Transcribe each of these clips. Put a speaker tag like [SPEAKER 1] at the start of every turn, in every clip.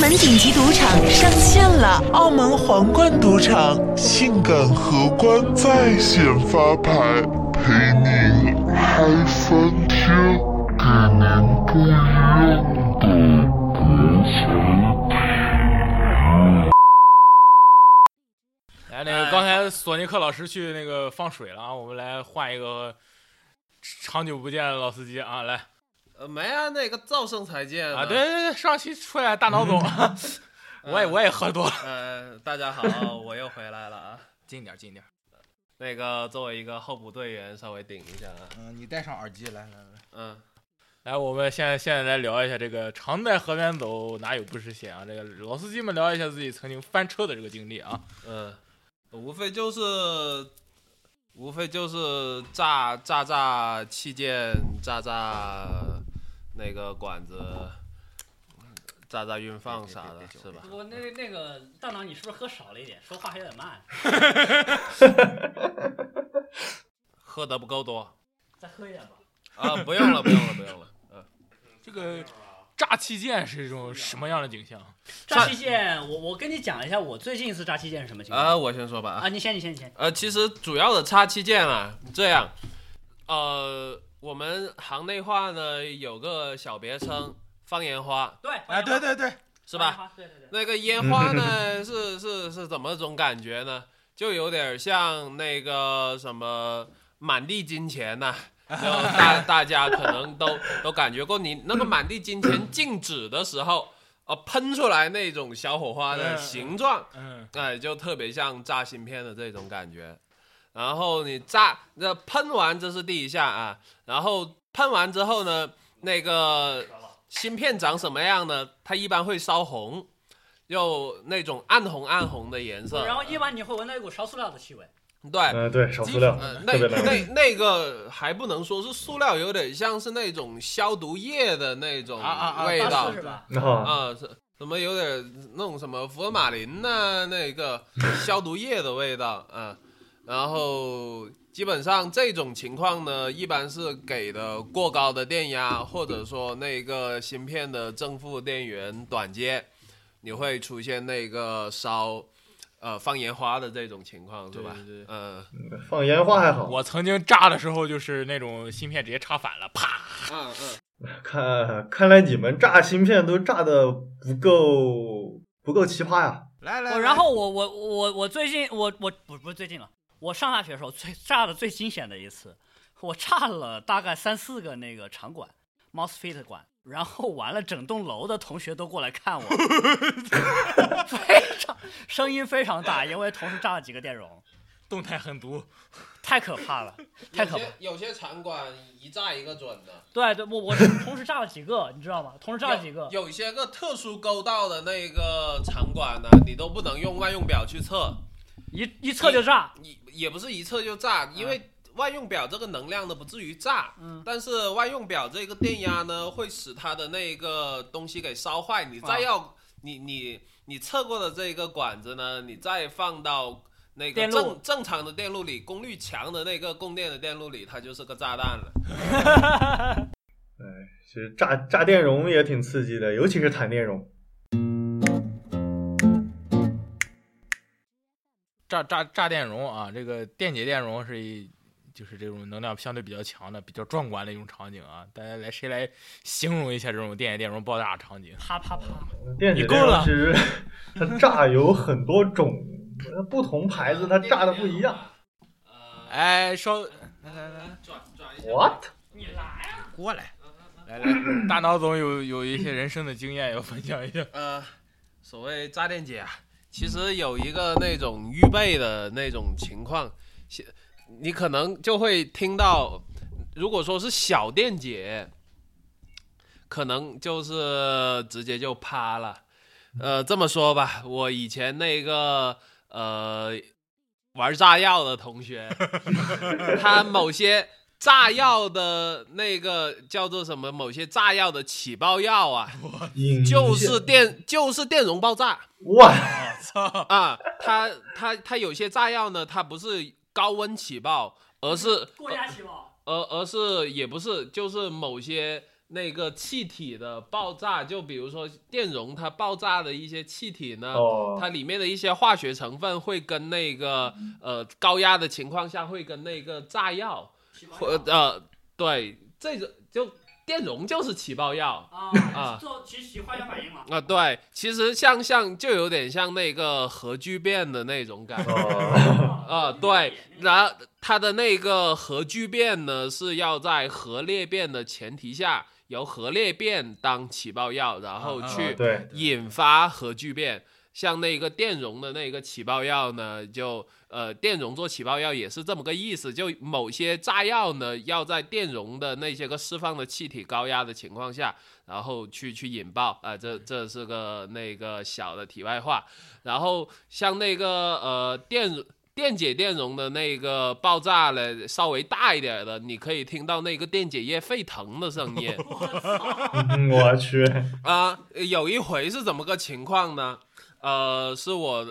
[SPEAKER 1] 门顶级赌场上线了，
[SPEAKER 2] 澳门皇冠赌场
[SPEAKER 3] 性感荷官在线发牌，陪您嗨翻天，给您不一样的国产
[SPEAKER 4] 来，哎那
[SPEAKER 5] 哎
[SPEAKER 4] 个刚才索尼克老师去那个放水了啊，我们来换一个长久不见的老司机啊，来
[SPEAKER 6] 呃，没啊，那个噪声才见
[SPEAKER 5] 呃
[SPEAKER 4] 啊，
[SPEAKER 6] 呢
[SPEAKER 4] 对，对对，上期出来大 脑总，我也我也喝多了，
[SPEAKER 6] 呃，大家好，我又回来了啊。
[SPEAKER 4] 近点近点，
[SPEAKER 6] 那个作为一个候补队员，稍微顶一下啊。
[SPEAKER 5] 嗯， 你戴上耳机来来来，
[SPEAKER 6] 嗯，
[SPEAKER 4] 来，我们现在现在来聊一下这个“常在河边走，哪有不湿鞋”啊，这个老司机们聊一下自己曾经翻车的这个经历啊，
[SPEAKER 6] 嗯，无非就是，无非就是炸炸炸器件，炸炸那个管子，炸炸运放啥的，是吧？
[SPEAKER 7] 我那那个大脑，你是不是喝少了一点？说话还有点慢，
[SPEAKER 6] 喝的不够多
[SPEAKER 7] 再喝一点吧。
[SPEAKER 6] 啊，不用了，不用了，不用了。嗯，
[SPEAKER 4] 这个炸器件是一种什么样的景象？
[SPEAKER 7] 扎西线，我我跟你讲一下，我最近一次扎西线是什么情
[SPEAKER 6] 啊，
[SPEAKER 7] 况
[SPEAKER 6] 我先说吧啊
[SPEAKER 7] 啊？。你先，你先，你先。
[SPEAKER 6] 呃，其实主要的插器件啊，这样，呃，我们行内话呢有个小别称“放烟花
[SPEAKER 7] 对，
[SPEAKER 5] 哎，对对对，”，
[SPEAKER 6] 是吧？？
[SPEAKER 7] 对对对。
[SPEAKER 6] 那个烟花呢，是是是怎么种感觉呢？就有点像那个什么满地金钱呐、就大大家可能都都感觉过，你那个满地金钱静止的时候，呃，喷出来那种小火花的
[SPEAKER 4] 嗯
[SPEAKER 6] 形状，
[SPEAKER 4] 嗯，
[SPEAKER 6] 哎，就特别像炸芯片的这种感觉。然后你炸，那喷完这是第一下啊，然后喷完之后呢，那个芯片长什么样呢？它一般会烧红，又那种暗红暗红的颜色。
[SPEAKER 7] 然
[SPEAKER 5] 嗯
[SPEAKER 7] 后夜晚你会闻到一股烧塑料的气味，
[SPEAKER 6] 对，
[SPEAKER 8] 嗯，对，少塑料
[SPEAKER 6] 呃，，那
[SPEAKER 8] 特别难闻。
[SPEAKER 6] 那那个还不能说是塑料，有点像是那种消毒液的那种
[SPEAKER 5] 啊啊啊
[SPEAKER 6] 味
[SPEAKER 7] 巴
[SPEAKER 6] 道
[SPEAKER 7] 斯是吧？
[SPEAKER 8] 然后
[SPEAKER 6] 啊，是怎么有点那种什么福尔马林呐、那个消毒液的味道啊。然后基本上这种情况呢，一般是给的过高的电压，或者说那个芯片的正负电源短接，你会出现那个烧，呃，放烟花的这种情况是吧？
[SPEAKER 4] 对对对
[SPEAKER 6] 嗯
[SPEAKER 8] 放烟花还好，
[SPEAKER 4] 我曾经炸的时候就是那种芯片直接插反了，啪，
[SPEAKER 6] 嗯嗯，
[SPEAKER 8] 看看来你们炸芯片都炸的不够不够奇葩呀、
[SPEAKER 5] 来来，
[SPEAKER 7] 我然后我我我我最近我我不不是最近了，我上大学的时候最炸的最惊险的一次，我炸了大概三四个那个场馆，MOSFET 馆，然后完了整栋楼的同学都过来看我， 非常声音非常大，因为同时炸了几个电容，
[SPEAKER 4] 动态狠毒，
[SPEAKER 7] 太可怕了，太可怕了。
[SPEAKER 6] 有些场馆一炸一个准的，
[SPEAKER 7] 对对，我我是同时炸了几个，你知道吗？同时炸了几个，
[SPEAKER 6] 有有些个特殊沟道的那个场馆呢，你都不能用万用表去测，
[SPEAKER 7] 一一测就炸，
[SPEAKER 6] 你也不是一测就炸，因为万用表这个能量呢不至于炸，
[SPEAKER 7] 嗯
[SPEAKER 6] 但是万用表这个电压呢会使它的那个东西给烧坏，你
[SPEAKER 7] 啊
[SPEAKER 6] 再要、你你你测过的这个管子呢，你再放到。那个
[SPEAKER 7] 电路
[SPEAKER 6] 正正常的电路里，功率强的那个供电的电路里，它就是个炸弹了。
[SPEAKER 8] 其实炸炸电容也挺刺激的，尤其是弹电容。
[SPEAKER 4] 炸炸炸电容啊，这个电解电容是一就是这种能量相对比较强的、比较壮观的一种场景啊。大家来谁来形容一下这种电解电容爆炸场景？啊
[SPEAKER 7] 啪啪啪。
[SPEAKER 8] 电
[SPEAKER 4] 你
[SPEAKER 8] 解
[SPEAKER 4] 够
[SPEAKER 8] 电容
[SPEAKER 4] 了
[SPEAKER 8] 其实 它炸有很多种，不同牌子它炸的不一样。
[SPEAKER 4] 哎，稍
[SPEAKER 6] 嗯转转一下。
[SPEAKER 8] What？
[SPEAKER 5] 过
[SPEAKER 7] 啊
[SPEAKER 5] 来，
[SPEAKER 4] 来来，大脑总有有一些人生的经验要分享一下。
[SPEAKER 6] 呃，所谓炸电解啊，其实有一个那种预备的那种情况，其你可能就会听到，如果说是小电解，可能就是直接就趴了。呃，这么说吧，我以前那个呃玩炸药的同学，他某些炸药的那个叫做什么，某些炸药的起爆药啊，
[SPEAKER 8] 引
[SPEAKER 6] 就是电就是电容爆炸
[SPEAKER 8] 哇，
[SPEAKER 6] 啊！它它它有些炸药呢，它不是高温起爆，而是
[SPEAKER 7] 过家起爆，
[SPEAKER 6] 而而是也不是就是某些那个气体的爆炸，就比如说电容它爆炸的一些气体呢，
[SPEAKER 8] 哦，
[SPEAKER 6] 它里面的一些化学成分会跟那个呃高压的情况下会跟那个炸药或呃对这种就电容就是起爆药。
[SPEAKER 7] 啊
[SPEAKER 6] 啊
[SPEAKER 7] 做其实化学反应嘛。
[SPEAKER 6] 啊，对，其实像像就有点像那个核聚变的那种感觉，
[SPEAKER 8] 哦，
[SPEAKER 6] 啊，对，然后它的那个核聚变呢，是要在核裂变的前提下，由核裂变当起爆药，然后去
[SPEAKER 8] 啊对，
[SPEAKER 6] 引发核聚变。像那个电容的那个起爆药呢，就呃电容做起爆药也是这么个意思，就某些炸药呢要在电容的那些个释放的气体高压的情况下，然后去去引爆啊、这这是个那个小的题外话。然后像那个呃电电解电容的那个爆炸嘞，稍微大一点的，你可以听到那个电解液沸腾的声音。
[SPEAKER 8] 嗯我去，
[SPEAKER 6] 啊、有一回是怎么个情况呢？呃，是我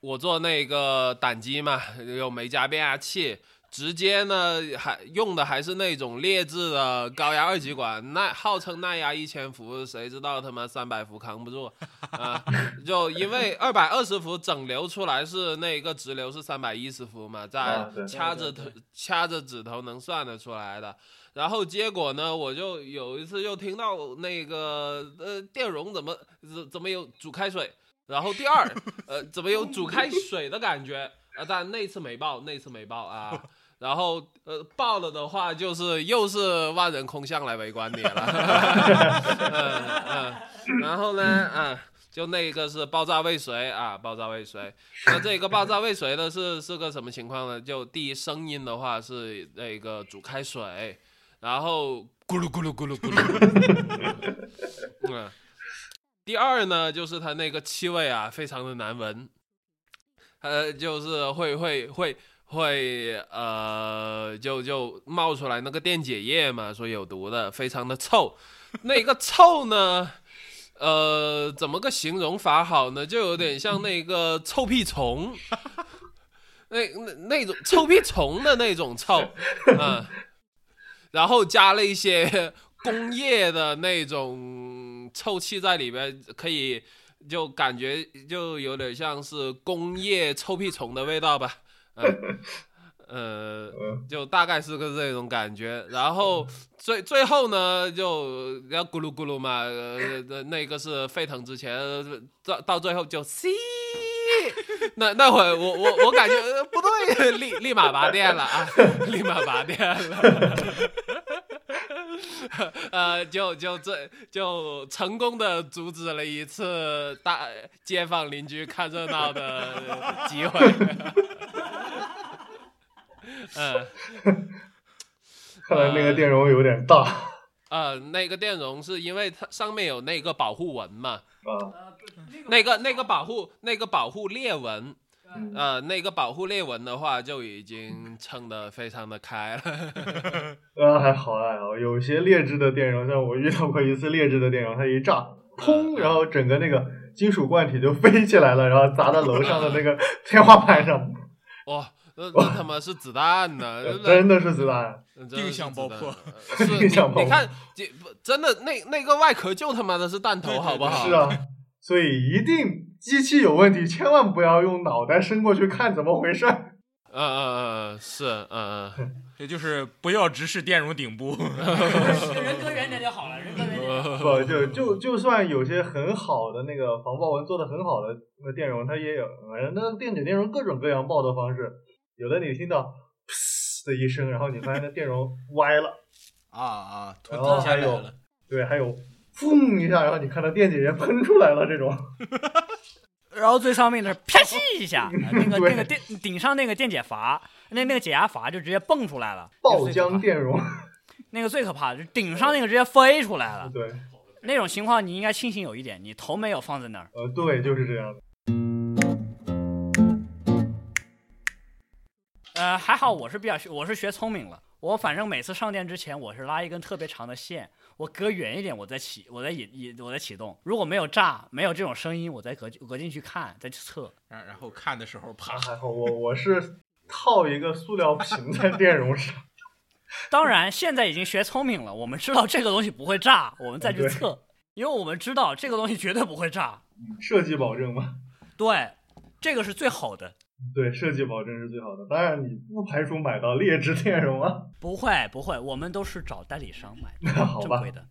[SPEAKER 6] 我做那个胆机嘛，有美加变压器，直接呢还用的还是那种劣质的高压二极管，耐号称耐压一千伏，谁知道他妈三百伏扛不住啊、 就因为二百二十伏整流出来是那个直流是三百一十伏嘛，在
[SPEAKER 8] 啊对
[SPEAKER 6] 掐着头掐着指头能算得出来的。然后结果呢，我就有一次又听到那个呃电容怎么怎怎么有煮开水，然后第二呃怎么有煮开水的感觉啊，但那次没爆，那次没爆啊。然后呃爆了的话，就是又是万人空巷来围观你了。嗯嗯，然后呢啊。就那个是爆炸未遂啊，爆炸未遂。那这个爆炸未遂呢是是个什么情况呢？就第一声音的话是那个煮开水，然后咕噜咕噜咕噜咕噜。嗯，第二呢就是它那个气味啊，非常的难闻，呃，就是会会会会呃，就就冒出来那个电解液嘛，说有毒的，非常的臭。那个臭呢？呃，怎么个形容法好呢？就有点像那个臭屁虫，那那那种臭屁虫的那种臭，嗯、然后加了一些工业的那种臭气在里边，可以就感觉就有点像是工业臭屁虫的味道吧，嗯、呃，就大概是个这种感觉。然后最最后呢，就要咕噜咕噜嘛，呃，呃那个是沸腾之前，呃到到最后就吸。 那那会儿我我我感觉、呃不对，立立马拔电了啊， 立马拔电了。 呃，就就这就成功的阻止了一次大街坊邻居看热闹的机会。 嗯。
[SPEAKER 8] 看来那个电容有点大
[SPEAKER 6] 呃，那个电容是因为它上面有那个保护纹嘛，
[SPEAKER 8] 啊，
[SPEAKER 7] 呃，
[SPEAKER 6] 那个那个保护那个保护裂纹，
[SPEAKER 8] 嗯
[SPEAKER 6] 呃，那个保护裂纹的话就已经撑得非常的开了。
[SPEAKER 8] 那啊还好还好，有些劣质的电容，像我遇到过一次劣质的电容，它一炸，砰，然后整个那个金属罐体就飞起来了，然后砸到楼上的那 个天花板上，
[SPEAKER 6] 哇，哦那那他妈是子 弹呢，
[SPEAKER 8] 真的是子啊弹，
[SPEAKER 6] 真的是
[SPEAKER 4] 定向爆
[SPEAKER 6] 子弹
[SPEAKER 4] 破
[SPEAKER 6] 呢， 是你
[SPEAKER 8] 定向爆破
[SPEAKER 6] 你看，这不真的那那个外壳就他妈的是弹头，好不好？
[SPEAKER 8] 是啊，所以一定机器有问题，千万不要用脑袋伸过去看怎么回事 儿。
[SPEAKER 6] 嗯，嗯嗯嗯，是，嗯嗯
[SPEAKER 4] 也就是不要直视电容顶部。
[SPEAKER 7] 人隔远点就好了，人隔远点。
[SPEAKER 8] 不就就就算有些很好的那个防爆纹做的很好的那个电容，它也有，反正那电解电容各种各样爆的方式，有的你听到 噗的一声，然后你发现那电容歪了。
[SPEAKER 5] 啊啊，突
[SPEAKER 8] 然后哦还有对，还有砰一下，然后你看到电解液喷出来了，这 种
[SPEAKER 7] 然后最丧命的是啪叽一下，呃那个
[SPEAKER 8] 对
[SPEAKER 7] 那个电顶上那个电解阀，那那个解压阀就直接蹦出来了，
[SPEAKER 8] 爆浆电容，
[SPEAKER 7] 那个最可怕的，就是顶上那个直接飞出来了。
[SPEAKER 8] 对，
[SPEAKER 7] 那种情况你应该庆幸有一点，你头没有放在那儿。
[SPEAKER 8] 呃，对，就是这样的。
[SPEAKER 7] 呃，还好我是比较学我是学聪明了，我反正每次上电之前我是拉一根特别长的线，我隔远一点我再启我再引引我再启动，如果没有炸没有这种声音，我再隔隔进去看再去测。
[SPEAKER 4] 然然后看的时候，啪
[SPEAKER 8] 啊，还好我我是套一个塑料瓶在电容上，
[SPEAKER 7] 当然，现在已经学聪明了，我们知道这个东西不会炸，我们再去测，因为我们知道这个东西绝对不会炸。
[SPEAKER 8] 设计保证嘛，
[SPEAKER 7] 对，这个是最好的，
[SPEAKER 8] 对，设计保证是最好的。当然，你不排除买到劣质电容啊。
[SPEAKER 7] 不会不会，我们都是找代理商买的，
[SPEAKER 8] 好吧
[SPEAKER 7] 正规的，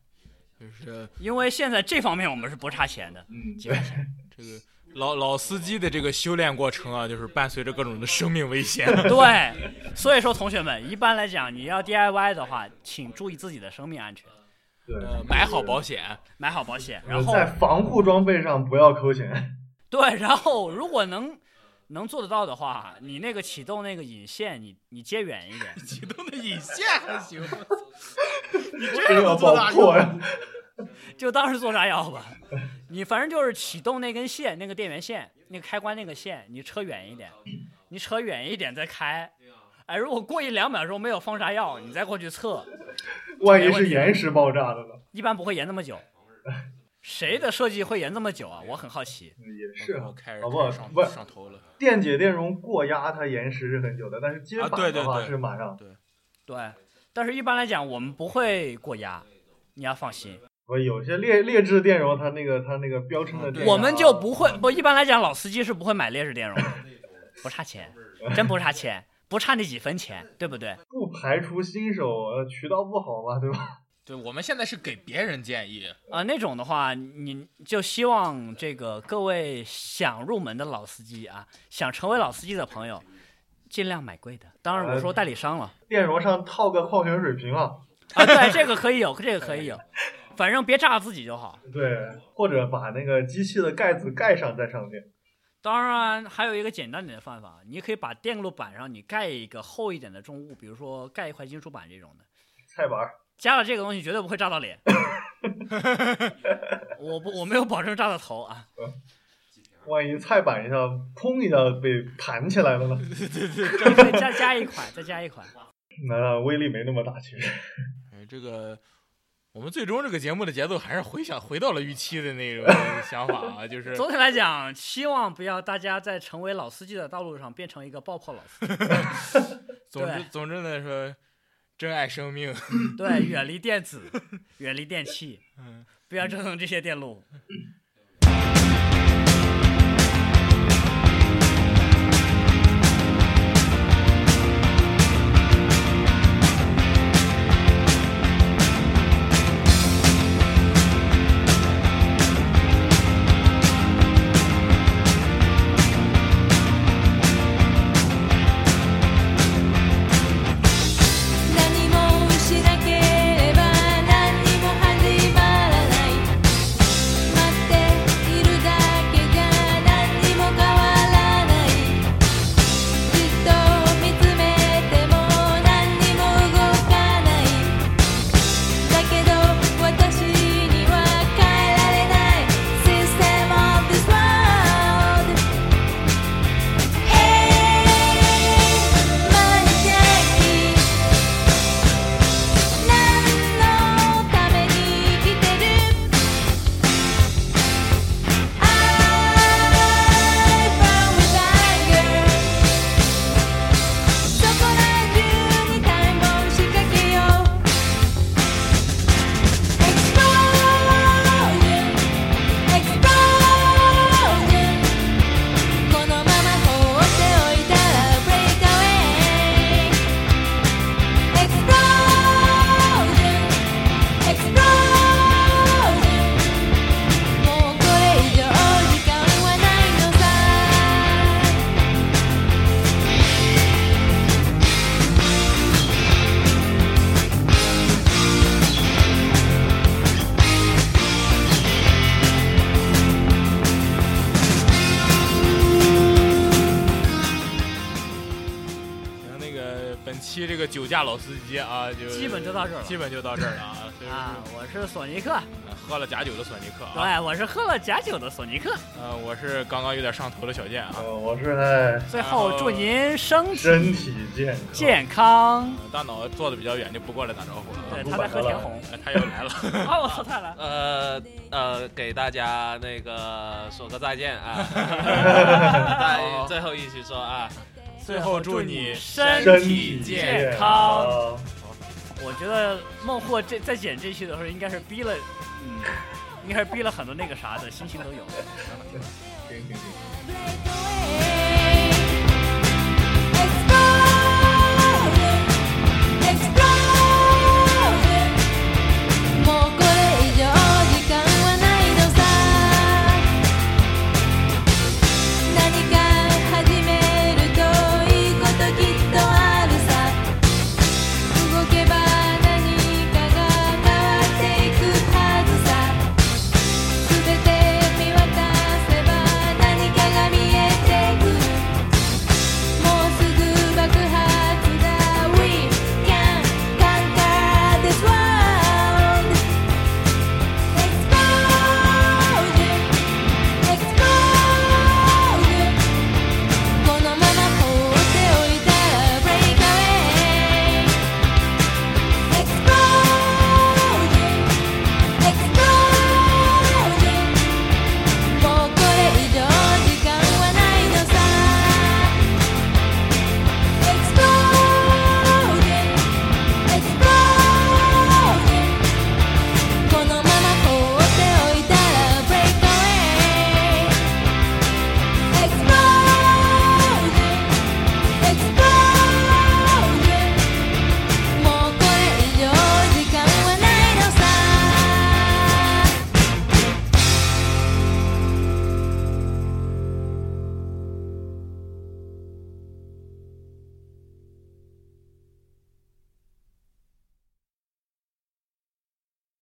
[SPEAKER 4] 就是
[SPEAKER 7] 因为现在这方面我们是不差钱的，
[SPEAKER 8] 嗯，
[SPEAKER 7] 几
[SPEAKER 8] 对
[SPEAKER 7] 块，钱。
[SPEAKER 4] 这个老老司机的这个修炼过程啊，就是伴随着各种的生命危 险。
[SPEAKER 7] 对，所以说同学们，一般来讲，你要 DIY 的话，请注意自己的生命安全，
[SPEAKER 8] 对
[SPEAKER 4] 呃，买好保险，
[SPEAKER 7] 买好保险，
[SPEAKER 8] 呃
[SPEAKER 7] 然后
[SPEAKER 8] 在防护装备上不要 抠钱。
[SPEAKER 7] 对，然后如果能能做得到的话，你那个启动那个引线，你你接远一点，
[SPEAKER 4] 启动的引线还行，你这
[SPEAKER 8] 这个
[SPEAKER 4] 样
[SPEAKER 8] 要
[SPEAKER 4] 做
[SPEAKER 8] 爆
[SPEAKER 4] 大
[SPEAKER 8] 破呀！
[SPEAKER 7] 就当是做炸药吧。 你反正就是启动那根线，那个电源线，那个开关那个线，你扯远一点，你扯远一点再开。哎，如果过一两秒钟没有放炸药，你再过去测，
[SPEAKER 8] 万一是延时爆炸的呢？
[SPEAKER 7] 一般不会延那么久。谁的设计会延这么久啊？我很好奇。
[SPEAKER 8] 也是啊
[SPEAKER 4] 我开始
[SPEAKER 8] 好不好
[SPEAKER 4] 嗯上
[SPEAKER 8] 不是
[SPEAKER 4] 上头了。
[SPEAKER 8] 电解电容过压它延时是很久的，但是接
[SPEAKER 4] 啊
[SPEAKER 8] 板
[SPEAKER 4] 对
[SPEAKER 8] 的
[SPEAKER 4] 对
[SPEAKER 8] 话
[SPEAKER 4] 对
[SPEAKER 8] 是马上。
[SPEAKER 7] 对，但是一般来讲，我们不会过压，你要放心。
[SPEAKER 8] 我有些劣劣质电容，它那个它那个标称的电啊
[SPEAKER 7] 嗯
[SPEAKER 8] 压，
[SPEAKER 7] 我们就不会不，一般来讲，老司机是不会买劣质电容的，不差钱，真不差钱，不差那几分钱，对不对？
[SPEAKER 8] 不排除新手呃渠道不好嘛，对吧？
[SPEAKER 4] 对我们现在是给别人建议，
[SPEAKER 7] 啊、那种的话，你就希望这个各位想入门的老司机啊，想成为老司机的朋友，尽量买贵的。当然，我说代理商了
[SPEAKER 8] 电容上套个矿泉水瓶啊，
[SPEAKER 7] 啊，对，这个可以有，这个可以有，反正别炸自己就好。
[SPEAKER 8] 对，或者把那个机器的盖子盖上在上面。
[SPEAKER 7] 当然，还有一个简单点的办法，你可以把电路板上你盖一个厚一点的重物，比如说盖一块金属板这种的。
[SPEAKER 8] 菜板儿，
[SPEAKER 7] 加了这个东西绝对不会炸到脸。 我不，我没有保证炸到头啊。
[SPEAKER 8] 万一菜板一下砰一下被弹起来了呢？
[SPEAKER 7] 再 加加一款，再加一款。
[SPEAKER 8] 那威力没那么大，其实。
[SPEAKER 4] 哎，这个我们最终这个节目的节奏还是回想回到了预期的 那种想法啊，就是
[SPEAKER 7] 总体来讲，希望不要大家在成为老司机的道路上变成一个爆破老司机。
[SPEAKER 4] 总之
[SPEAKER 7] 对
[SPEAKER 4] 总之呢说，珍爱生命，
[SPEAKER 7] 对，远离电子，远离电器，
[SPEAKER 4] 嗯
[SPEAKER 7] 不要折腾这些电路。
[SPEAKER 9] 「何もしなければ何にも始まらない」「待っているだけじゃ何にも変わらない」「じっと見つめても何にも動かない」「だけど私には変えられない」「System of this world」「Hey マニジャキ」何のために生きてる I found a tiger そこら中に単語を仕掛けよう Explosion Explosion このまま放っておいたら Break away Explosion, explosion もうこれ以上時間はないのさ
[SPEAKER 4] 行，那个本期这个酒驾老司机啊，就
[SPEAKER 7] 基本就到这儿了
[SPEAKER 4] 基本就到这儿了啊，就是
[SPEAKER 7] 啊，我是索尼克，
[SPEAKER 4] 呃喝了假酒的索尼克啊，
[SPEAKER 7] 对，我是喝了假酒的索尼克。
[SPEAKER 4] 呃，我是刚刚有点上头的小健啊，
[SPEAKER 8] 呃，我是哎，
[SPEAKER 7] 最后祝您身体
[SPEAKER 8] 身体健康。
[SPEAKER 7] 健康。
[SPEAKER 4] 呃大脑坐的比较远，就不过来打招呼了
[SPEAKER 7] 对，
[SPEAKER 4] 啊
[SPEAKER 7] 他在喝甜红。
[SPEAKER 4] 哎，他又来了。
[SPEAKER 7] 啊，我操他了。
[SPEAKER 6] 呃呃，给大家那个说个再见啊，再最后一起说啊，
[SPEAKER 4] 最后祝你
[SPEAKER 7] 身
[SPEAKER 8] 身
[SPEAKER 7] 体
[SPEAKER 8] 体
[SPEAKER 7] 健康。
[SPEAKER 8] 健康。
[SPEAKER 7] 我觉得孟获这在剪这期的时候，应该是逼了，嗯，应该是逼了很多那个啥的，心情都有了。
[SPEAKER 9] Play to it.